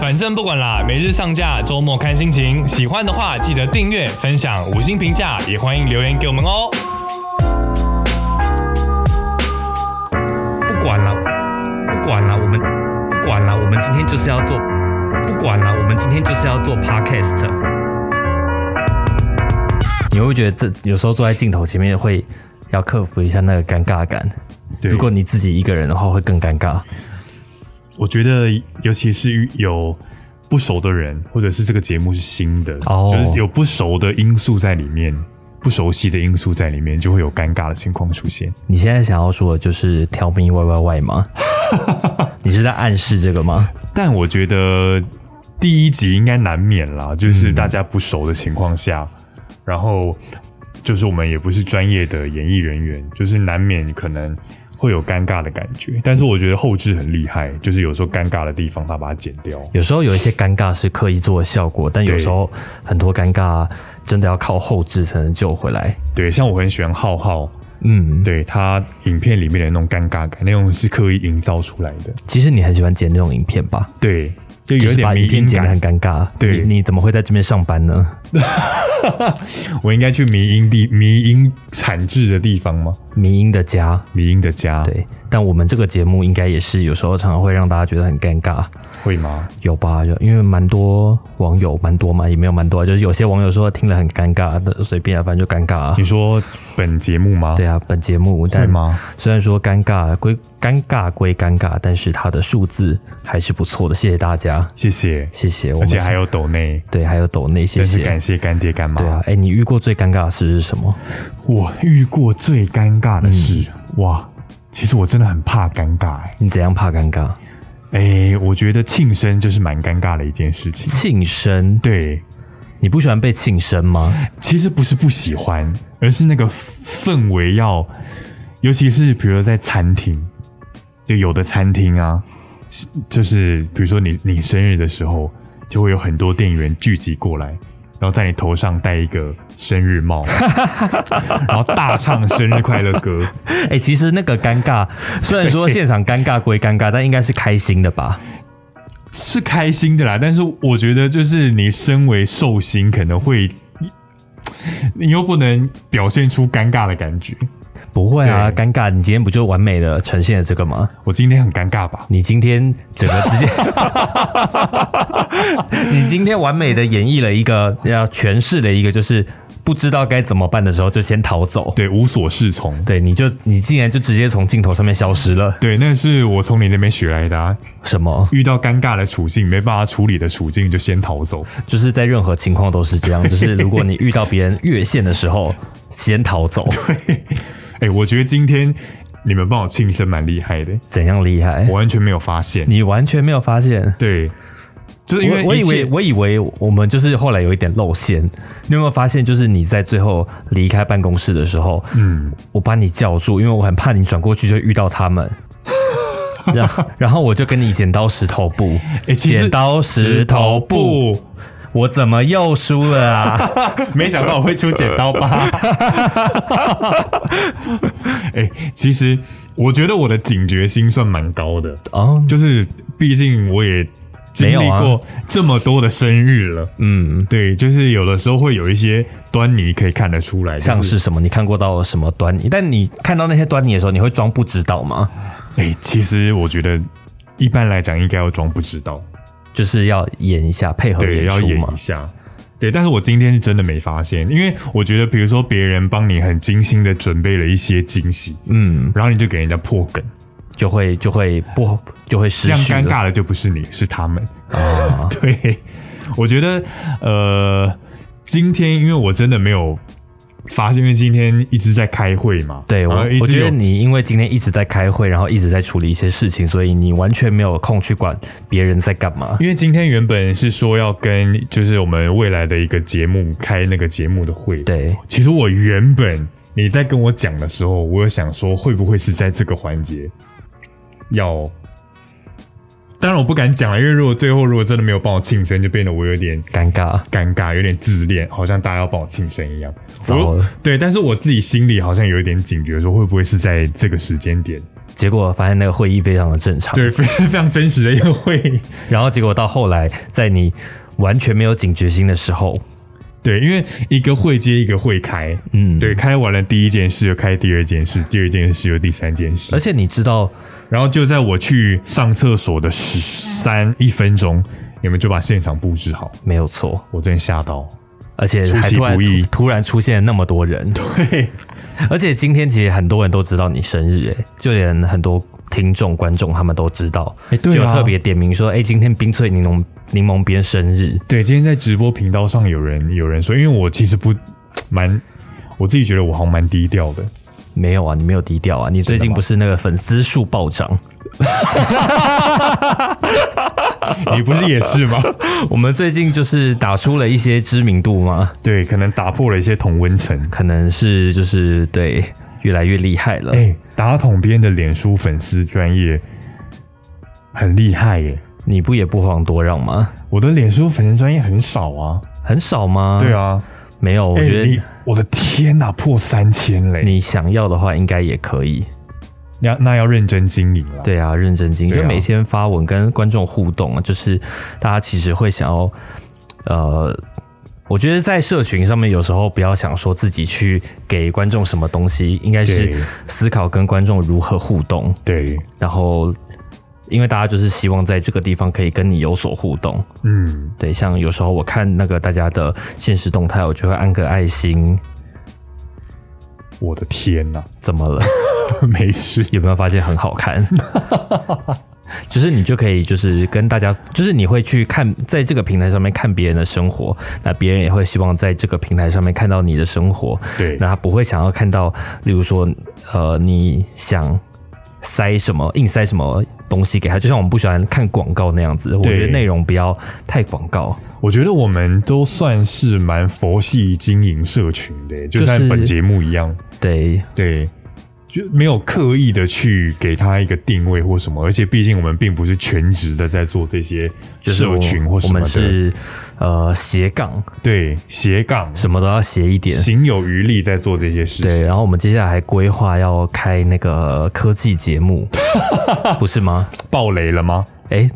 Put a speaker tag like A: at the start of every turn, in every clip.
A: 反正不管啦，每日上架，周末看心情。喜欢的话记得订阅、分享、五星评价，也欢迎留言给我们哦。
B: 不管了，不管了，我们不管了，我们今天就是要做，不管了，我们今天就是要做 podcast。你会不会觉得这有时候坐在镜头前面会要克服一下那个尴尬感。
A: 对
B: 如果你自己一个人的话，会更尴尬。
A: 我觉得，尤其是有不熟的人，或者是这个节目是新的，
B: 哦
A: 就是有不熟的因素在里面，不熟悉的因素在里面，就会有尴尬的情况出现。
B: 你现在想要说的就是挑明 Y Y Y 吗？你是在暗示这个吗？
A: 但我觉得第一集应该难免啦，就是大家不熟的情况下，然后就是我们也不是专业的演艺人员，就是难免可能会有尴尬的感觉。但是我觉得后置很厉害，就是有时候尴尬的地方他把它剪掉。
B: 有时候有一些尴尬是刻意做的效果，但有时候很多尴尬真的要靠后置才能救回来。
A: 对，像我很喜欢浩浩，
B: 嗯，
A: 对他影片里面的那种尴尬感，那种是刻意营造出来的。
B: 其实你很喜欢剪那种影片吧？
A: 对，就
B: 就
A: 有
B: 是
A: 点
B: 把
A: 迷
B: 影片
A: 因
B: 剪得
A: 感
B: 很。尴尬。
A: 对
B: 你，你怎么会在这边上班呢？
A: 我应该去迷因地迷因产制的地方吗？
B: 民音的家。
A: 迷因的家，
B: 对，但我们这个节目应该也是有时候常常会让大家觉得很尴尬，
A: 会吗？
B: 有吧？有，因为蛮多网友，蛮多嘛，也没有蛮多啊，就是有些网友说听了很尴尬，那随便啊，反正就尴尬啊
A: 你。说本节目吗？
B: 对啊，本节目
A: 会
B: 但
A: 嗯吗？
B: 虽然说尴尬归尴尬归尴尬，但是它的数字还是不错的，谢谢大家，
A: 谢谢，
B: 谢谢。我
A: 而
B: 们
A: 且还
B: 有
A: 有抖内，
B: 对，还有抖内，谢
A: 真是
B: 谢。
A: 感谢干爹干妈。
B: 对啊，哎，你遇过最尴尬的事是什么？
A: 我遇过最尴尬的事，
B: 嗯
A: 哇！其实我真的很怕尴尬、欸，
B: 你怎样怕尴尬？
A: 哎、我觉得庆生就是蛮尴尬的一件事情。
B: 庆生，
A: 对，
B: 你不喜欢被庆生吗？
A: 其实不是不喜欢，而是那个氛围要，尤其是比如说在餐厅，就有的餐厅啊，是就是比如说你你生日的时候，就会有很多店员聚集过来，然后在你头上戴一个生日帽， 然后大唱生日快乐歌。
B: 哎、其实那个尴尬，虽然说现场尴尬归尴尬，但应该是开心的吧？
A: 是开心的啦，但是我觉得就是你身为寿星，可能会你又不能表现出尴尬的感觉。
B: 不会啊，
A: 对
B: 尴尬，你今天不就完美的呈现了这个吗？
A: 我今天很尴尬吧？
B: 你今天整个直接， 你今天完美的演绎了一个要诠释了一个，就是不知道该怎么办的时候就先逃走。
A: 对，无所适从。
B: 对，你就你竟然就直接从镜头上面消失了，
A: 对，那是我从你那边学来的、啊。
B: 什么？
A: 遇到尴尬的处境，没办法处理的处境，就先逃走。
B: 就是在任何情况都是这 样，就是如果你遇到别人越线的时候，先逃 走，
A: 哎、我觉得今天你们帮我庆生蛮厉害的，
B: 怎样厉害
A: 我？完全没有发现。
B: 你完全没有发现，
A: 对，就是因为
B: 我我
A: 一
B: 以
A: 切
B: 为我以为我们就是后来有一点露馅，你有没有发现？就是你在最后离开办公室的时候，嗯，我把你叫住，因为我很怕你转过去就遇到他 们。然后，然后我就跟你剪刀石头布，
A: 哎其实哦
B: 剪刀石头布，，我怎么又输了 啊？
A: 没想到我会出剪 刀吧？哎、其实我觉得我的警觉心算蛮高的，
B: 哦，
A: 就是毕竟我也经
B: 没
A: 历
B: 有啊
A: 过这么多的生日了。
B: 嗯，
A: 对，就是有的时候会有一些端倪可以看得出来，就
B: 像是什么？你看过到什么端倪？但你看到那些端倪的时候，你会装不知道吗？
A: 哎、其实我觉得一般来讲应该要装不知道，
B: 就是要演一下，配合
A: 对，
B: 演
A: 要
B: 出
A: 演
B: 嘛
A: 一。下。对，但是我今天是真的没发现，因为我觉得，比如说别人帮你很精心的准备了一些惊喜，
B: 嗯，
A: 然后你就给人家破梗，
B: 就会就会不就会
A: 这
B: 失
A: 样
B: 去
A: 尴
B: 了
A: 尬的就不是你，是他们。
B: 啊。
A: 对，我觉得呃，今天因为我真的没有发现，因为今天一直在开会嘛，
B: 对我
A: 然后呃一，直
B: 我觉
A: 有
B: 得你因为今天一直在开会，然后一直在处理一些事情，所以你完全没有空去管别人在干嘛。
A: 因为今天原本是说要跟就是我们未来的一个节目开那个节目的会，。
B: 对，
A: 其实我原本你在跟我讲的时候，我有想说会不会是在这个环节要。当然我不敢讲了，因为如果最后如果真的没有帮我庆生，就变得我有点
B: 尴尬。
A: 尴尬，有点自恋，好像大家要帮我庆生一样。
B: 糟了
A: 我对，但是我自己心里好像有一点警觉，说会不会是在这个时间点
B: 结果发现那个会议非常的正常，
A: 对， 非非常真实的一个会议。
B: 然后结果到后来，在你完全没有警觉心的时候，
A: 对，因为一个会接一个会开，
B: 嗯，
A: 对，开完了第一件事又开第二件事，第二件事又第三件事
B: 而，且你知道，
A: 然后就在我去上厕所的十三一分钟，你们就把现场布置好，
B: 没有错，
A: 我真的吓到。
B: 而且
A: 出
B: 还
A: 其
B: 突然
A: 不意
B: 突突然出现那么多人，
A: 对，
B: 而且今天其实很多人都知道你生日，哎，就连很多听众观众他们都知道，
A: 哎对啊
B: 就有特别点名说，哎，今天冰萃柠檬柠檬边生日，
A: 对，今天在直播频道上有人有人说，因为我其实不蛮，我自己觉得我好像蛮低调的。
B: 没有啊，你没有低调啊，你最
A: 真的
B: 近
A: 吗
B: 不是那个粉丝数暴涨，
A: 你不是也是吗？
B: 我们最近就是打出了一些知名度吗？
A: 对，可能打破了一些同温层。
B: 可能是就是对越来越厉害了。
A: 哎、打桶边的脸书粉丝专业很厉害耶、
B: 你不也不遑多让吗？
A: 我的脸书粉丝专业很少啊。
B: 很少吗？
A: 对，啊，
B: 没有，我
A: 哎
B: 觉
A: 你
B: 得
A: 我的天哪、破三千嘞！
B: 你想要的话应该也可以。
A: 要那要认真经营了。
B: 对啊，认真经营，
A: 对啊
B: 就每天发文跟观众互动啊，就是大家其实会想要，呃，我觉得在社群上面有时候不要想说自己去给观众什么东西，应该是
A: 对
B: 思考跟观众如何互动，
A: 对，
B: 然后因为大家就是希望在这个地方可以跟你有所互动。
A: 嗯，
B: 对，像有时候我看那个大家的现实动态，我就会按个爱心，
A: 我的天哪、
B: 怎么了？
A: 没事。
B: 有没有发现很好看？ 就是你就可以，就是跟大家，就是你会去看，在这个平台上面看别人的生活，那别人也会希望在这个平台上面看到你的生活。
A: 对
B: 那他不会想要看到，例如说，呃，你想塞什么，硬塞什么东西给他，就像我们不喜欢看广告那样子。我
A: 对
B: 觉得内容不要太广告。
A: 我觉得我们都算是蛮佛系经营社群的，就像
B: 就是
A: 本节目一样，
B: 对，
A: 对，就没有刻意的去给他一个定位或什么，而且毕竟我们并不是全职的在做这些
B: 就是我
A: 社群或什
B: 我
A: 么
B: 们
A: 的，
B: 是呃斜杠，
A: 对斜杠，
B: 什么都要斜一点。
A: 行有余力在做这些事
B: 对，
A: 情。
B: 然后我们接下来还规划要开那个科技节 目，不是吗？
A: 爆雷了吗？
B: 哎，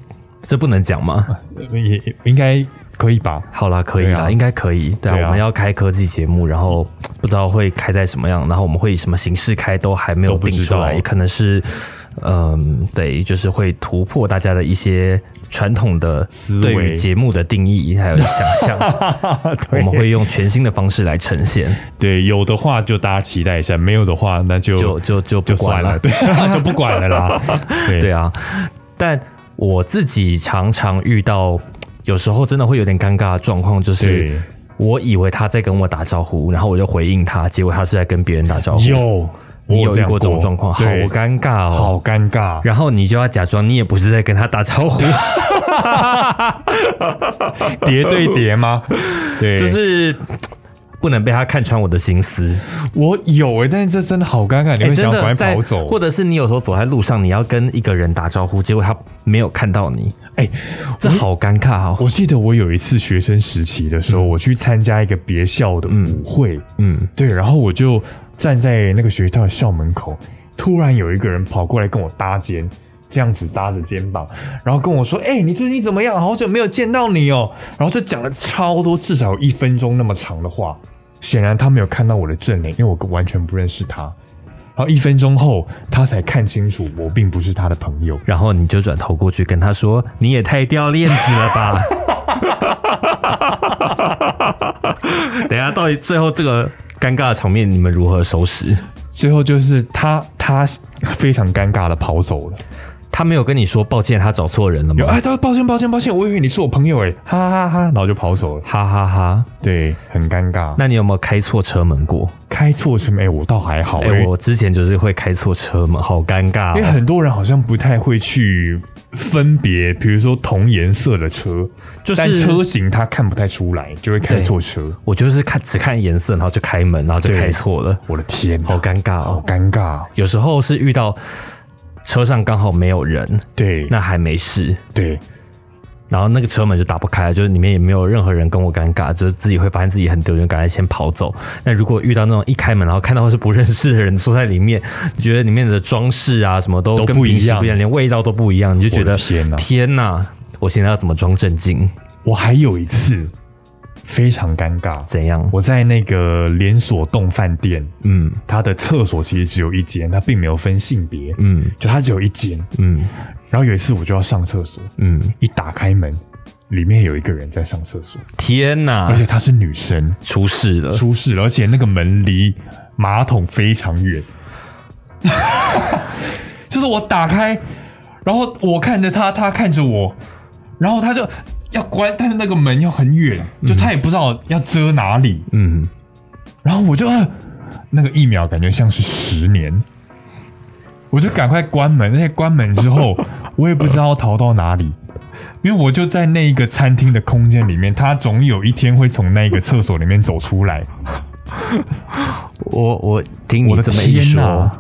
B: 这不能讲吗？
A: 呃也也应该可以吧？
B: 好啦，可以啦，
A: 对啊
B: 应该可以。对啊，
A: 对啊
B: 我们要开科技节目，然后不知道会开在什么样，然后我们会以什么形式开，都还没有
A: 都不
B: 定
A: 知
B: 出来。
A: 道
B: 可能是，嗯，对，就是会突破大家的一些传统的
A: 思
B: 对
A: 维
B: 于节目的定义还有想 象，我们会用全新的方式来呈现。
A: 对，有的话就大家期待一下，没有的话那就
B: 就就就不
A: 就
B: 管
A: 算了，对， 就不管了啦。 对
B: 对啊，但我自己常常遇到，有时候真的会有点尴尬的状况，就是
A: 对
B: 我以为他在跟我打招呼，然后我就回应他，结果他是在跟别人打招呼。
A: 有我
B: 你有
A: 这
B: 遇
A: 样
B: 过这种状况，好
A: 对
B: 尴尬哦。
A: 好尴尬。
B: 然后你就要假装你也不是在跟他打招 呼，
A: 叠对叠吗？对，
B: 就是不能被他看穿我的心思。
A: 我有哎、但是这真的好尴尬，你
B: 哎
A: 会
B: 真
A: 想要
B: 的
A: 赶快
B: 在
A: 跑走。
B: 或者是你有时候走在路上，你要跟一个人打招呼，结果他没有看到你，
A: 哎、
B: 这好尴尬哦。
A: 我记得我有一次学生时期的时候，我去参加一个别校的舞会，
B: 嗯，
A: 对，然后我就站在那个学校的校门口，突然有一个人跑过来跟我搭肩。这样子搭着肩膀，然后跟我说：“哎、你最近怎么样？好久没有见到你哦。”然后就讲了超多，至少有一分钟那么长的话。显然他没有看到我的正脸，因为我完全不认识他。然后一分钟后，他才看清楚我并不是他的朋友。
B: 然后你就转头过去跟他说：“你也太掉链子了吧！” 等一下，到底最后这个尴尬的场面，你们如何收拾？
A: 最后就是他，他非常尴尬的跑走了。
B: 他没有跟你说抱歉，他找错人了
A: 有
B: 吗
A: 哎，？他说抱歉抱歉抱歉，我以为你是我朋友哎，哈哈哈哈，然后就跑走了。
B: 哈哈哈！
A: 对，很尴尬。
B: 那你有没有开错车门过？
A: 开错车没？我倒还好
B: 哎、
A: 哎、
B: 我之前就是会开错车门，好尴尬
A: 因为
B: 哦、
A: 很多人好像不太会去分别，比如说同颜色的车，
B: 就是
A: 但车型他看不太出来，就会开错车。
B: 我就是看只看颜色，然后就开门，然后就
A: 对
B: 开错了，
A: 我的天哪，
B: 好尴尬
A: 好
B: 哦。
A: 尴尬。
B: 有时候是遇到车上刚好没有人，
A: 对，
B: 那还没事。
A: 对，
B: 然后那个车门就打不开，就是里面也没有任何人跟我尴尬，就是自己会发现自己很丢人，赶快先跑走。那如果遇到那种一开门然后看到是不认识的人坐在里面，你觉得里面的装饰啊什么都
A: 都
B: 跟
A: 不
B: 平
A: 一
B: 时
A: 样
B: 不一样，连味道都不一样，你就觉
A: 我
B: 得
A: 的天哪
B: 天哪！我现在要怎么装正经？
A: 我还有一次非常尴尬，
B: 怎样？
A: 我在那个连锁冻饭店，
B: 嗯
A: 它的厕所其实只有一间，它并没有分性别，
B: 嗯
A: 就它只有一间。
B: 嗯
A: 然后有一次我就要上厕所，
B: 嗯，
A: 一打开门，里面有一个人在上厕所，
B: 天哪
A: 而！且她是女生，
B: 出事了！
A: 出事了，而且那个门离马桶非常 远，就是我打开，然后我看着她，她看着我，然后她就要关，但是那个门又很远，就她也不知道要遮哪里，
B: 嗯，
A: 然后我就呃那个一秒感觉像是十年，我就赶快关门。而且关门之后，我也不知道逃到哪里，因为我就在那一个餐厅的空间里面，他总有一天会从那个厕所里面走出来。
B: 我我听你
A: 我的
B: 这么一
A: 天
B: 说
A: 哪，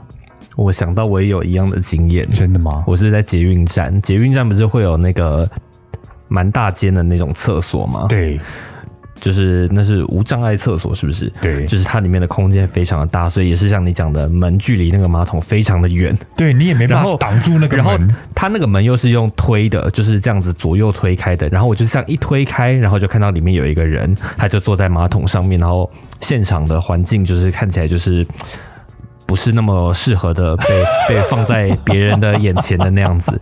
B: 我想到我也有一样的经验。
A: 真的吗？
B: 我是在捷运站，捷运站不是会有那个蛮大间的那种厕所吗？，
A: 对
B: 就是那是无障碍厕所，是不是？
A: 对
B: 就是它里面的空间非常的大，所以也是像你讲的，门距离那个马桶非常的远，
A: 对，你也没
B: 然
A: 办
B: 后
A: 法挡住那个
B: 然后
A: 门。
B: 它那个门又是用推的，就是这样子左右推开的。然后我就这样一推开，然后就看到里面有一个人，他就坐在马桶上面，然后现场的环境就是看起来就是。不是那么适合的被 被放在别人的眼前的那样子，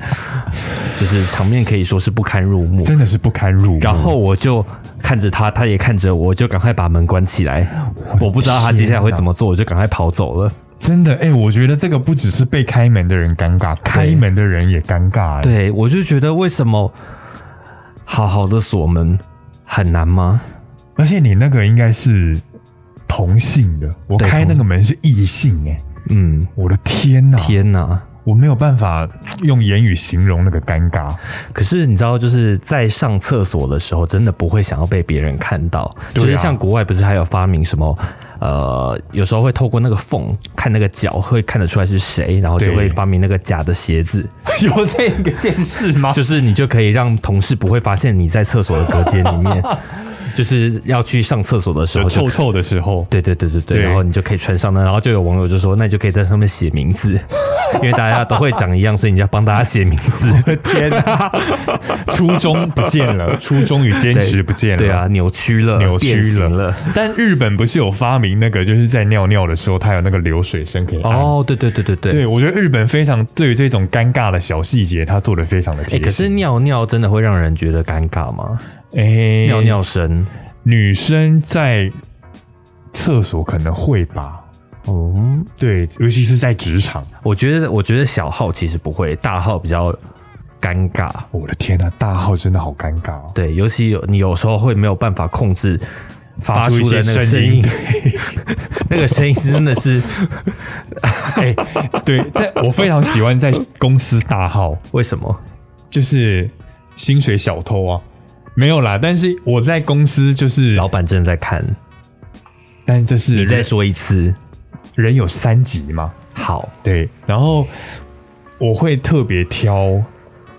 B: 就是场面可以说是不堪入目。
A: 真的是不堪入目。
B: 然后我就看着他，他也看着我，我就赶快把门关起来。我不知道他接下来会怎么做，我就赶快跑走了。
A: 真的，哎、我觉得这个不只是被开门的人尴尬，开门的人也尴尬、哎，
B: 对我就觉得为什么好好的锁门很难吗？
A: 而且你那个应该是同性的，我
B: 对
A: 开
B: 同
A: 那个门是异性、哎，
B: 嗯，
A: 我的天呐、
B: 天哪！
A: 我没有办法用言语形容那个尴尬，
B: 可是你知道，就是在上厕所的时候，真的不会想要被别人看到。
A: 对啊
B: 就是像国外不是还有发明什么，呃，有时候会透过那个缝看那个脚，会看得出来是谁，然后就
A: 对
B: 会发明那个假的鞋子。
A: 有这个件事 吗？
B: 就是你就可以让同事不会发现你在厕所的隔间里 面，就是要去上厕所的时
A: 就
B: 候就
A: 臭。臭的时候，
B: 对对对对对，
A: 对
B: 然后你就可以穿上那，然后就有网友就说，那你就可以在上面写名 字，因为大家都会长一样，所以你就要帮大家写名字。
A: 天哪， 初衷不见了， 初衷与坚持不见了，
B: 对啊，扭曲了，
A: 扭曲
B: 变形
A: 了
B: 了。。
A: 但日本不是有发明那个，就是在尿尿的时候，它有那个流水声可以按。
B: 哦，对对对对对。
A: 对，我觉得日本非常对于这种尴尬的小细节，他做的非常的
B: 哎，
A: 贴
B: 可是
A: 心。
B: 尿尿真的会让人觉得尴尬吗？
A: 哎、
B: 尿尿声，
A: 女生在厕所可能会吧，
B: 哦，
A: 对，尤其是在职场。
B: 我觉得我觉得小号其实不会，大号比较尴尬。
A: 我的天呐、大号真的好尴尬、哦。
B: 对，尤其有你有时候会没有办法控制发出
A: 一
B: 的
A: 些
B: 那个
A: 声
B: 音，
A: 对
B: 那个声音真的是
A: 哎、对，但我非常喜欢在公司大号，
B: 为什么？
A: 就是薪水小偷啊，没有啦。但是我在公司就是，
B: 老板真的在看，
A: 但这是
B: 你再
A: 人
B: 说一次，
A: 人有三级嘛，
B: 好，
A: 对。然后我会特别挑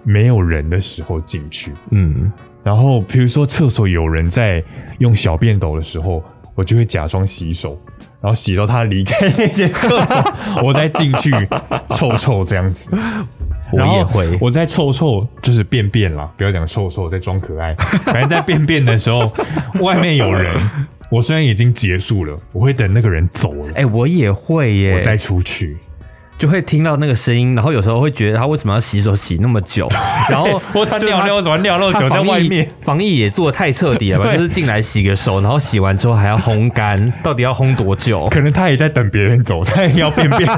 A: 没有人的时候进去，
B: 嗯，
A: 然后比如说厕所有人在用小便斗的时候，我就会假装洗手。然后洗到他离开那间厕所，我再进 去臭臭这样子。
B: 我
A: 然后
B: 也会，
A: 我在臭臭就是便便啦，不要讲臭臭，在装可爱。反正在便便的时 候，外面有人，我虽然已经结束了，我会等那个人走了，
B: 哎、我也会
A: 我再
B: 耶，
A: 出去。
B: 就会听到那个声音，然后有时候会觉得他为什么要洗手洗那么 久，然后
A: 我他
B: 就是
A: 尿尿怎么尿那么
B: 他
A: 久在
B: 防疫
A: 外面？
B: 防疫也做的太彻底了吧？
A: 对
B: 就是进来洗个手，然后洗完之后还要烘干， 到底要烘多久？
A: 可能他也在等别人走，他也要便 便。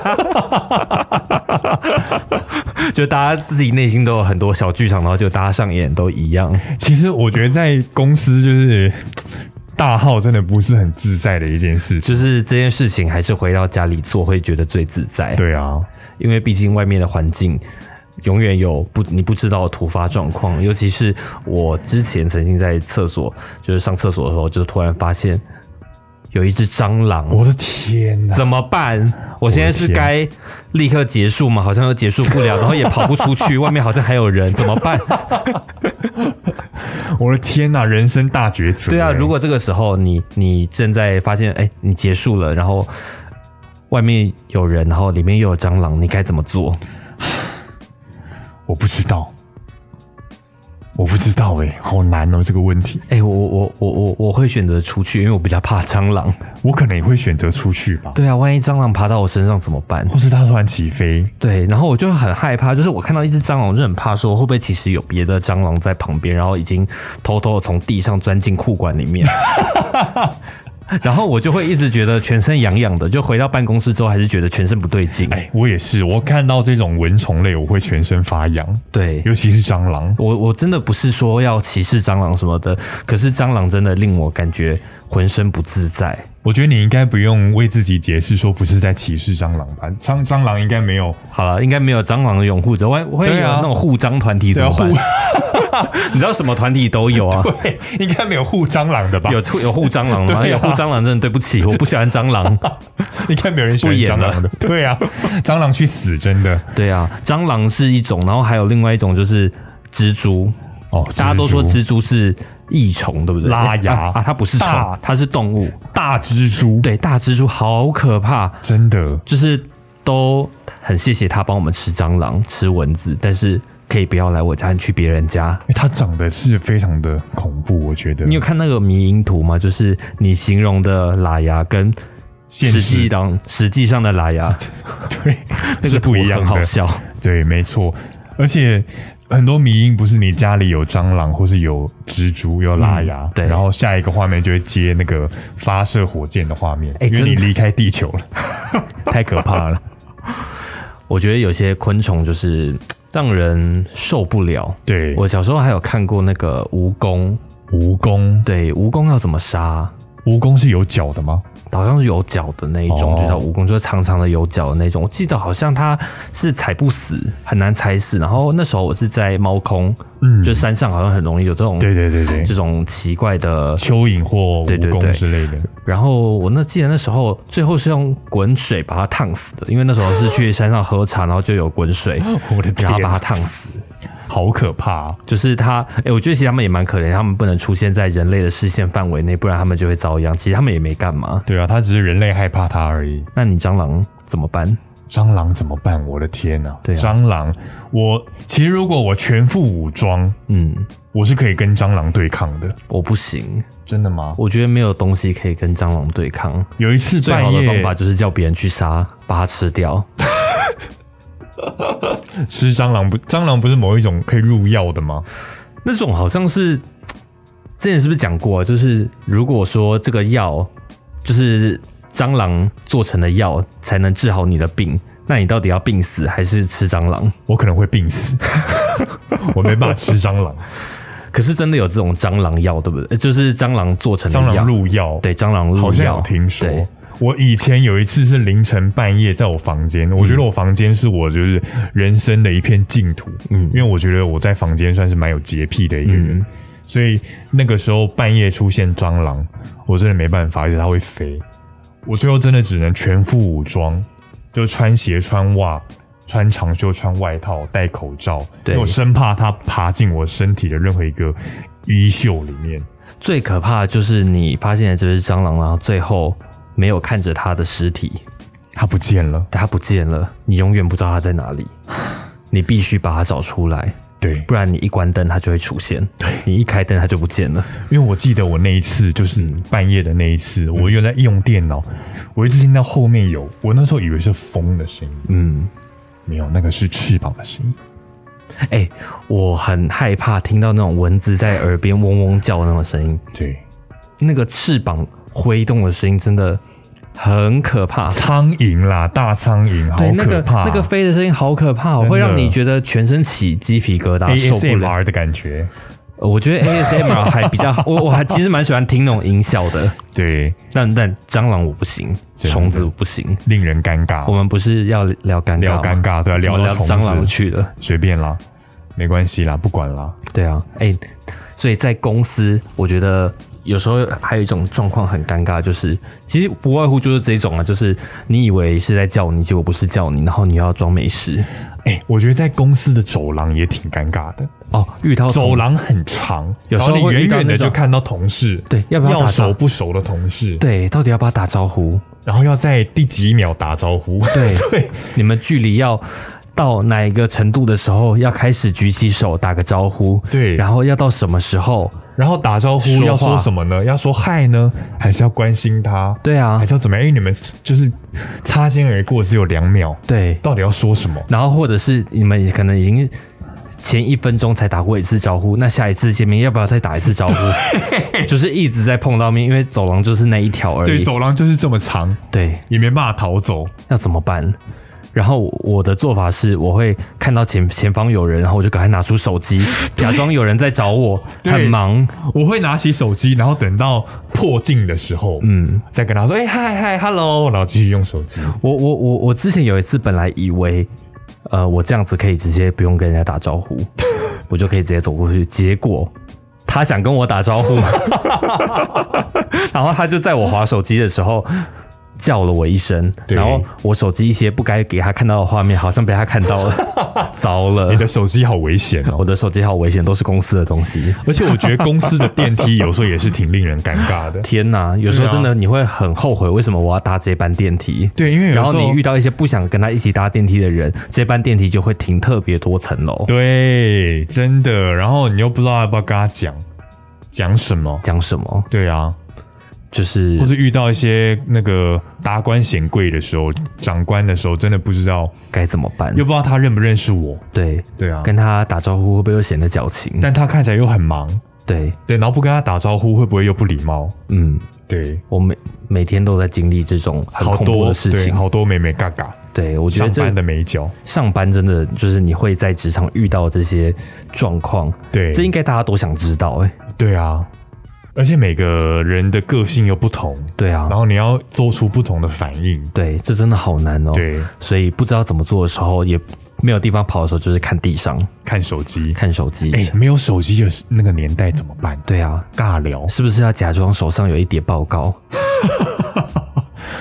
B: 就大家自己内心都有很多小剧场，然后就大家上演都一样。
A: 其实我觉得在公司就是大号真的不是很自在的一件事情。
B: 就是这件事情还是回到家里做会觉得最自在，
A: 对啊，
B: 因为毕竟外面的环境永远有不你不知道的突发状况，尤其是我之前曾经在厕所就是上厕所的时候，就突然发现。有一只蟑螂，
A: 我的天哪！
B: 怎么办？我现在是该立刻结束吗？好像又结束不了，然后也跑不出去，外面好像还有人，怎么办？
A: 我的天哪！人生大抉择。
B: 对啊，
A: 哎
B: 如果这个时候你你正在发现，哎、你结束了，然后外面有人，然后里面又有蟑螂，你该怎么做？
A: 我不知道，我不知道哎、好难哦这个问题。
B: 哎、我我我我我会选择出去，因为我比较怕蟑螂。
A: 我可能也会选择出去吧，
B: 对啊，万一蟑螂爬到我身上怎么办？
A: 或是它突然起飞，
B: 对，然后我就很害怕，就是我看到一只蟑螂，我就很怕说会不会其实有别的蟑螂在旁边，然后已经偷偷的从地上钻进裤管里 面。然后我就会一直觉得全身痒痒的，就回到办公室之后还是觉得全身不对劲。
A: 哎，我也是，我看到这种蚊虫类，我会全身发痒，
B: 对，
A: 尤其是蟑螂。
B: 我我真的不是说要歧视蟑螂什么的，可是蟑螂真的令我感觉浑身不自在。
A: 我觉得你应该不用为自己解释说不是在歧视蟑螂吧，蟑蟑螂应该没有，
B: 好了，应该没有蟑螂的拥护者，会会有
A: 对啊
B: 那种护蟑团体怎么办？
A: 对啊
B: 你知道什么团体都有啊。
A: 对，应该没有护蟑螂的吧？
B: 有护有护蟑螂
A: 对
B: 吗？
A: 啊
B: 有护蟑螂真的对不起，我不喜欢蟑 螂。
A: 应该没有人喜欢
B: 不演
A: 蟑螂的。对啊，蟑螂去死，真的
B: 对啊，蟑螂是一种，然后还有另外一种就是蜘蛛。
A: 哦。
B: 大家都说
A: 蜘
B: 蜘蛛是益虫，对不对？
A: 拉牙
B: 啊啊它不是虫
A: 大，
B: 它是动物。
A: 蛛大蜘蛛，
B: 对，大蜘蛛好可怕，
A: 真的
B: 就是都很谢谢他帮我们吃蟑螂、吃蚊子，但是可以不要来我家，你去别人家。
A: 因为它长得是非常的恐怖，我觉得。
B: 你有看那个迷因图吗？就是你形容的喇牙跟
A: 现
B: 实际
A: 实
B: 当实际上的喇牙，
A: 对，
B: 那
A: 是
B: 个图
A: 不一样
B: 很好
A: 的。
B: 笑。
A: 对，没错，而且。很多迷因不是你家里有蟑螂，或是有蜘蛛，有拉牙，
B: 嗯对
A: 然后下一个画面就会接那个发射火箭的画面，
B: 哎
A: 因为你
B: 真的
A: 离开 地球了，太可怕 了。
B: 我觉得有些昆虫就是嘖让人受不了。
A: 对，
B: 我小时候还有看过那个蜈蚣，
A: 蜈蚣，
B: 对，蜈蚣要怎么杀？
A: 蜈蚣是有脚的吗？
B: 好像是有脚的那一种，
A: 哦
B: 就叫蜈蚣，就是长长的有脚的那种。我记得好像它是踩不死，很难踩死。然后那时候我是在猫空，
A: 嗯
B: 就山上好像很容易有这种
A: 对对对对
B: 这，种奇怪的。
A: 蚯蚓或蜈
B: 对对
A: 蚣
B: 对
A: 之类的。
B: 然后我那记得那时候最后是用滚水把它烫死的，因为那时候是去山上喝茶，然后就有滚水，
A: 我的天
B: 然，后把它烫死。
A: 好可怕、啊！
B: 就是他，哎、我觉得其实他们也蛮可怜，他们不能出现在人类的视线范围内，不然他们就会遭殃。其实他们也没干嘛。
A: 对啊，它只是人类害怕它而已。
B: 那你蟑螂怎么办？
A: 蟑螂怎么办？我的天呐、
B: 对啊
A: 蟑螂，我其实如果我全副武装，
B: 嗯，
A: 我是可以跟蟑螂对抗的。
B: 我不行，
A: 真的吗？
B: 我觉得没有东西可以跟蟑螂对抗。
A: 有一次
B: 最
A: 半
B: 好的方
A: 夜
B: 法就是叫别人去杀，把它吃掉。
A: 吃蟑螂不，蟑螂不是某一种可以入药的吗？
B: 那种好像是之前是不是讲过啊、就是如果说这个药就是蟑螂做成的药才能治好你的病，那你到底要病死还是吃蟑螂？
A: 我可能会病死， 我 没办法吃蟑螂，
B: 可是真的有这种蟑螂药，对不对？呃就是蟑螂做成的
A: 蟑
B: 药
A: 螂，入药，
B: 对，蟑螂入药，
A: 好像有听说
B: 对。
A: 我以前有一次是凌晨半夜在我房间，我觉得我房间是我就是人生的一片净土，
B: 嗯，
A: 嗯因为我觉得我在房间算是蛮有洁癖的一个人，
B: 嗯
A: 所以那个时候半夜出现蟑螂，我真的没办法，而且它会飞，我最后真的只能全副武装，就穿鞋、穿袜、穿长袖、穿外套、戴口罩，因
B: 对
A: 为我生怕它爬进我身体的任何一个衣袖里面。
B: 最可怕的就是你发现了这只蟑螂，然后最后没有看着它的尸体，
A: 它不见了，
B: 它不见了，你永远不知道它在哪 里。你必须把它找出来，
A: 对，
B: 不然你一关灯它就会出现，对你一开灯它就不见了。
A: 因为我记得我那一次就是半夜的那一次，
B: 嗯
A: 我又在用电脑，我一直听到后面有，我那时候以为是风的声音，
B: 嗯，
A: 没有，那个是翅膀的声音。
B: 哎、我很害怕听到那种蚊子在耳边嗡嗡叫的那种声音，
A: 对，
B: 那个翅膀挥动的声音真的很可怕。
A: 苍蝇啦，大苍蝇，好
B: 对，那
A: 可
B: 个
A: 怕、啊
B: 那个飞的声音好可怕、哦，
A: 真的
B: 会让你觉得全身起鸡皮疙瘩，受不了。
A: ASMR 的感觉。
B: 呃我觉得 ASMR 还比较， 我我还其实蛮喜欢听那种音效的，
A: 对，
B: 但但蟑螂我不行，
A: 真的
B: 虫子我不行。
A: 令人尴尬。
B: 我们不是要聊尴尬吗，
A: 聊尴尬，对啊，
B: 怎
A: 聊
B: 么
A: 到
B: 聊
A: 虫
B: 蟑螂
A: 子，
B: 去了。
A: 随便啦，没关系啦，不管啦。
B: 对啊，哎、所以在公司，我觉得有时候还有一种状况很尴尬，就是其实不外乎就是这种啊，就是你以为是在叫你，结果不是叫你，然后你又要装没事
A: 哎、我觉得在公司的走廊也挺尴尬的，
B: 哦，遇到
A: 走廊很长，
B: 有
A: 然
B: 时候
A: 后你
B: 会
A: 远
B: 遇到
A: 远
B: 那
A: 的就
B: 种
A: 看到同事，
B: 对要不要打
A: 要
B: 招
A: 熟不熟的同事，
B: 对，到底要不要打招呼？
A: 然后要在第几秒打招呼，
B: 对
A: 对，
B: 你们距离要到哪一个程度的时候，要开始举起手打个招呼，
A: 对
B: 然后要到什么时候？
A: 然后打招呼
B: 说话
A: 要说什么呢？要说嗨呢，还是要关心他？
B: 对啊
A: 还，是要怎么样？哎因为你们就是擦肩而过只有两秒，
B: 对，
A: 到底要说什么？
B: 然后或者是你们可能已经前一分钟才打过一次招呼，那下一次见面要不要再打一次招 呼？就是一直在碰到面，因为走廊就是那一条而
A: 对，
B: 已。
A: 走廊就是这么长，
B: 对，
A: 也没办法逃走。
B: 要怎么办？然后我的做法是，我会看到前前方有人，然后我就赶快拿出手 机，假装有人在找我，
A: 对
B: 很忙。
A: 我会拿起手机，然后等到破镜的时候，嗯，再跟他说：“哎、嗨嗨，hello。”然后继续用手机。
B: 我我我我之前有一次本来以为，呃，我这样子可以直接不用跟人家打招呼， 我就可以直接走过去。结果他想跟我打招呼， 然后他就在我划手机的时候叫了我一声，
A: 对
B: 然后我手机一些不该给他看到的画面，好像被他看到了， 糟了
A: 你。的手机好危险哦！
B: 我的手机好危险，都是公司的东西。
A: 而且我觉得公司的电梯有时候也是挺令人尴尬的。
B: 天哪，有时
A: 对
B: 候
A: 啊
B: 真的你会很后悔，为什么我要搭这班电梯？
A: 对，因为有
B: 然
A: 时
B: 后
A: 候
B: 你遇到一些不想跟他一起搭电梯的人，这班电梯就会停特别多层楼。
A: 对，真的，然后你又不知道要不要跟他讲讲什么。
B: 讲什么？
A: 对啊，
B: 就是
A: 或是遇到一些那个达官显贵的时候，长官的时候，真的不知道，
B: 该怎么办
A: 又？不知道他认不认识我。
B: 对，
A: 对啊，
B: 跟他打招呼会不会又显得矫情？
A: 但他看起来又很忙，
B: 对，
A: 对，然后不跟他打招呼会不会又不礼貌？
B: 嗯，
A: 对，
B: 我每每天都在经历这种很
A: 好
B: 恐怖
A: 多
B: 的事
A: 对
B: 情。
A: 好多美美嘎嘎，
B: 对，我觉
A: 上
B: 得这
A: 班的美角，
B: 上班真的就是你会在职场遇到这些状况，
A: 对，
B: 这应该大家都想知道、欸。哎，
A: 对啊，而且每个人的个性又不同，
B: 对啊
A: 然，后你要做出不同的反应，
B: 对，这真的好难哦、，
A: 对，
B: 所以不知道怎么做的时候，也没有地方跑的时候，就是看地上、
A: 看手机，
B: 看手机。
A: 哎、没有手机的那个年代怎么办？
B: 对啊，
A: 尬聊，
B: 是不是要假装手上有一叠报告？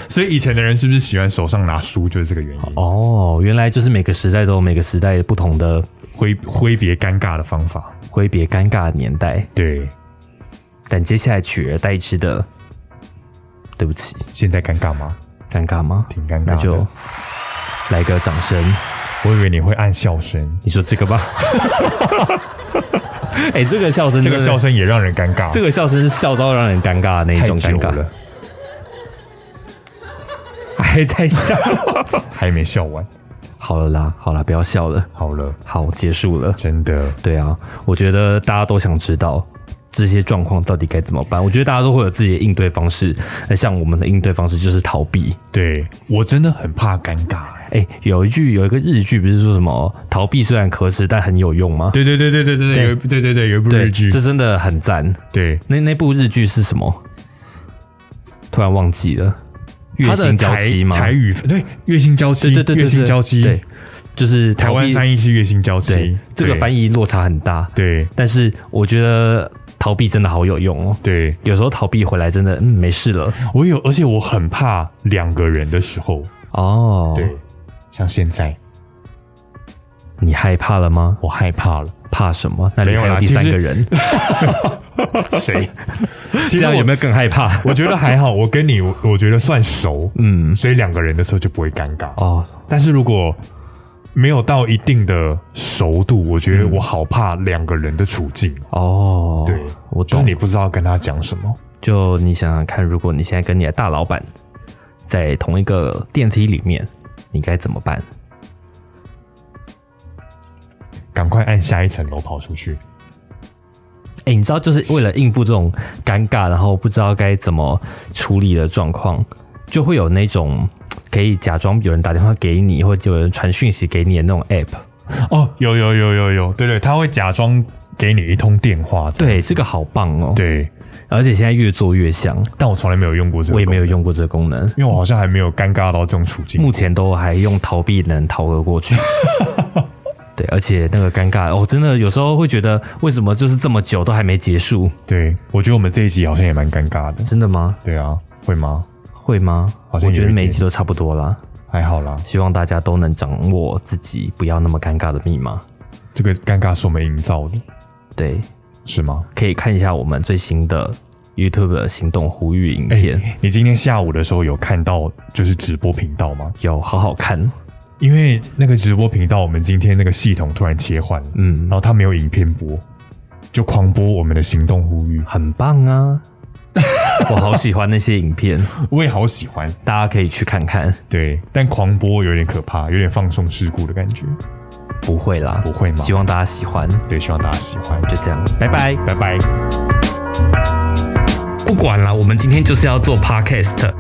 A: 所以以前的人是不是喜欢手上拿书，就是这个原因，
B: 哦，原来就是每个时代都有每个时代不同的
A: 挥挥别尴尬的方法，
B: 挥别尴尬的年代，
A: 对，
B: 但接下来取而代之的，对不起，
A: 现在尴尬吗？
B: 尴尬吗？
A: 挺尴尬的
B: 那就来个掌声。
A: 我以为你会按笑声，
B: 你说这个 吧。哎、这个笑声
A: 这
B: 真的，
A: 个笑，声也让人尴尬，
B: 这个笑声是笑到让人尴尬的那一
A: 太
B: 种尴
A: 久
B: 尬，
A: 了，
B: 还在笑。
A: 还没笑完，
B: 好了啦，好啦，不要笑了，
A: 好了，
B: 好，结束了。
A: 真的，
B: 对啊，我觉得大家都想知道这些状况到底该怎么办。我觉得大家都会有自己的应对方式，那像我们的应对方式就是逃避。
A: 对我真的很怕尴尬、哎
B: 哎，有一句有一个日剧不是说什么逃避虽然可耻，但很有用吗？
A: 对对对对对对对，有一对对对有一部日剧，
B: 这真的很赞。
A: 对，
B: 那那部日剧是什么？突然忘记了，月
A: 他的
B: 薪娇妻吗？
A: 台语对，月薪娇妻，
B: 对对对对对，
A: 月薪娇妻，
B: 对，就是
A: 台湾
B: 译。
A: 翻译是月薪娇
B: 对
A: 妻，，
B: 这个翻
A: 译
B: 译落差很大，
A: 对
B: 但是我觉得逃避真的好有用哦。
A: 对，
B: 有时候逃避回来真的，嗯，没事了。
A: 我有，而且我很怕两个人的时候，
B: 哦，
A: 对，像现在
B: 你害怕了吗？
A: 我害怕了，
B: 怕什么？那
A: 没
B: 里
A: 有
B: 还
A: 啦
B: 有第
A: 其实
B: 三个人，
A: 谁？
B: 这
A: 其实
B: 样
A: 我
B: 有没有更害怕？
A: 我觉得还好，我跟你我我觉得算熟，
B: 嗯，
A: 所以两个人的时候就不会尴尬。
B: 哦，
A: 但是如果没有到一定的熟度，我觉得我好怕两个人的处境。
B: 哦，
A: 对，
B: 我
A: 就是
B: 懂。
A: 你不知道跟他讲什么。
B: 就你想想看，如果你现在跟你的大老板在同一个电梯里面，你该怎么办？
A: 赶快按下一层楼跑出去。
B: 哎、你知道，就是为了应付这种尴尬，然后不知道该怎么处理的状况，就会有那种可以假装有人打电话给你，或者有人传讯息给你的那种 app。
A: 哦，有有有有有，对对，他会假装给你一通电话。
B: 对，这个好棒哦。，
A: 对，
B: 而且现在越做越像，
A: 但我从来没有用过这个，
B: 我也没有，用过这个功能。
A: 因为我好像还没有尴尬到这种处境。
B: 目前都还用逃避能逃得过去。对，而且那个尴尬，哦，真的有时候会觉得，为什么就是这么久都还没结束？
A: 对，我觉得我们这一集好像也蛮尴尬的。
B: 真的吗？
A: 对啊，会吗？
B: 会吗？
A: 好
B: 我
A: 像有一
B: 觉得每一
A: 点
B: 集都差不多啦。
A: 还好啦，
B: 希望大家都能掌握自己不要那么尴尬的密码。
A: 这个尴尬是我们营造的，
B: 对，
A: 是吗？
B: 可以看一下我们最新的 YouTube 的行动呼吁影
A: 哎、
B: 片，
A: 你今天下午的时候有看到就是直播频道吗？
B: 有好好看。
A: 因为那个直播频道，我们今天那个系统突然切换了，
B: 嗯
A: 然，后它没有影片播，就狂播我们的行动呼吁，
B: 很棒 啊！我好喜欢那些影片，
A: 我也好喜欢。
B: 大家可以去看看。
A: 对，但狂播有点可怕，有点放松事故的感觉。
B: 不会啦，
A: 不会吗
B: 希望大家喜欢。
A: 对，希望大家喜欢。
B: 就这样，拜拜。
A: 拜拜。
B: 不管啦，我们今天就是要做 podcast。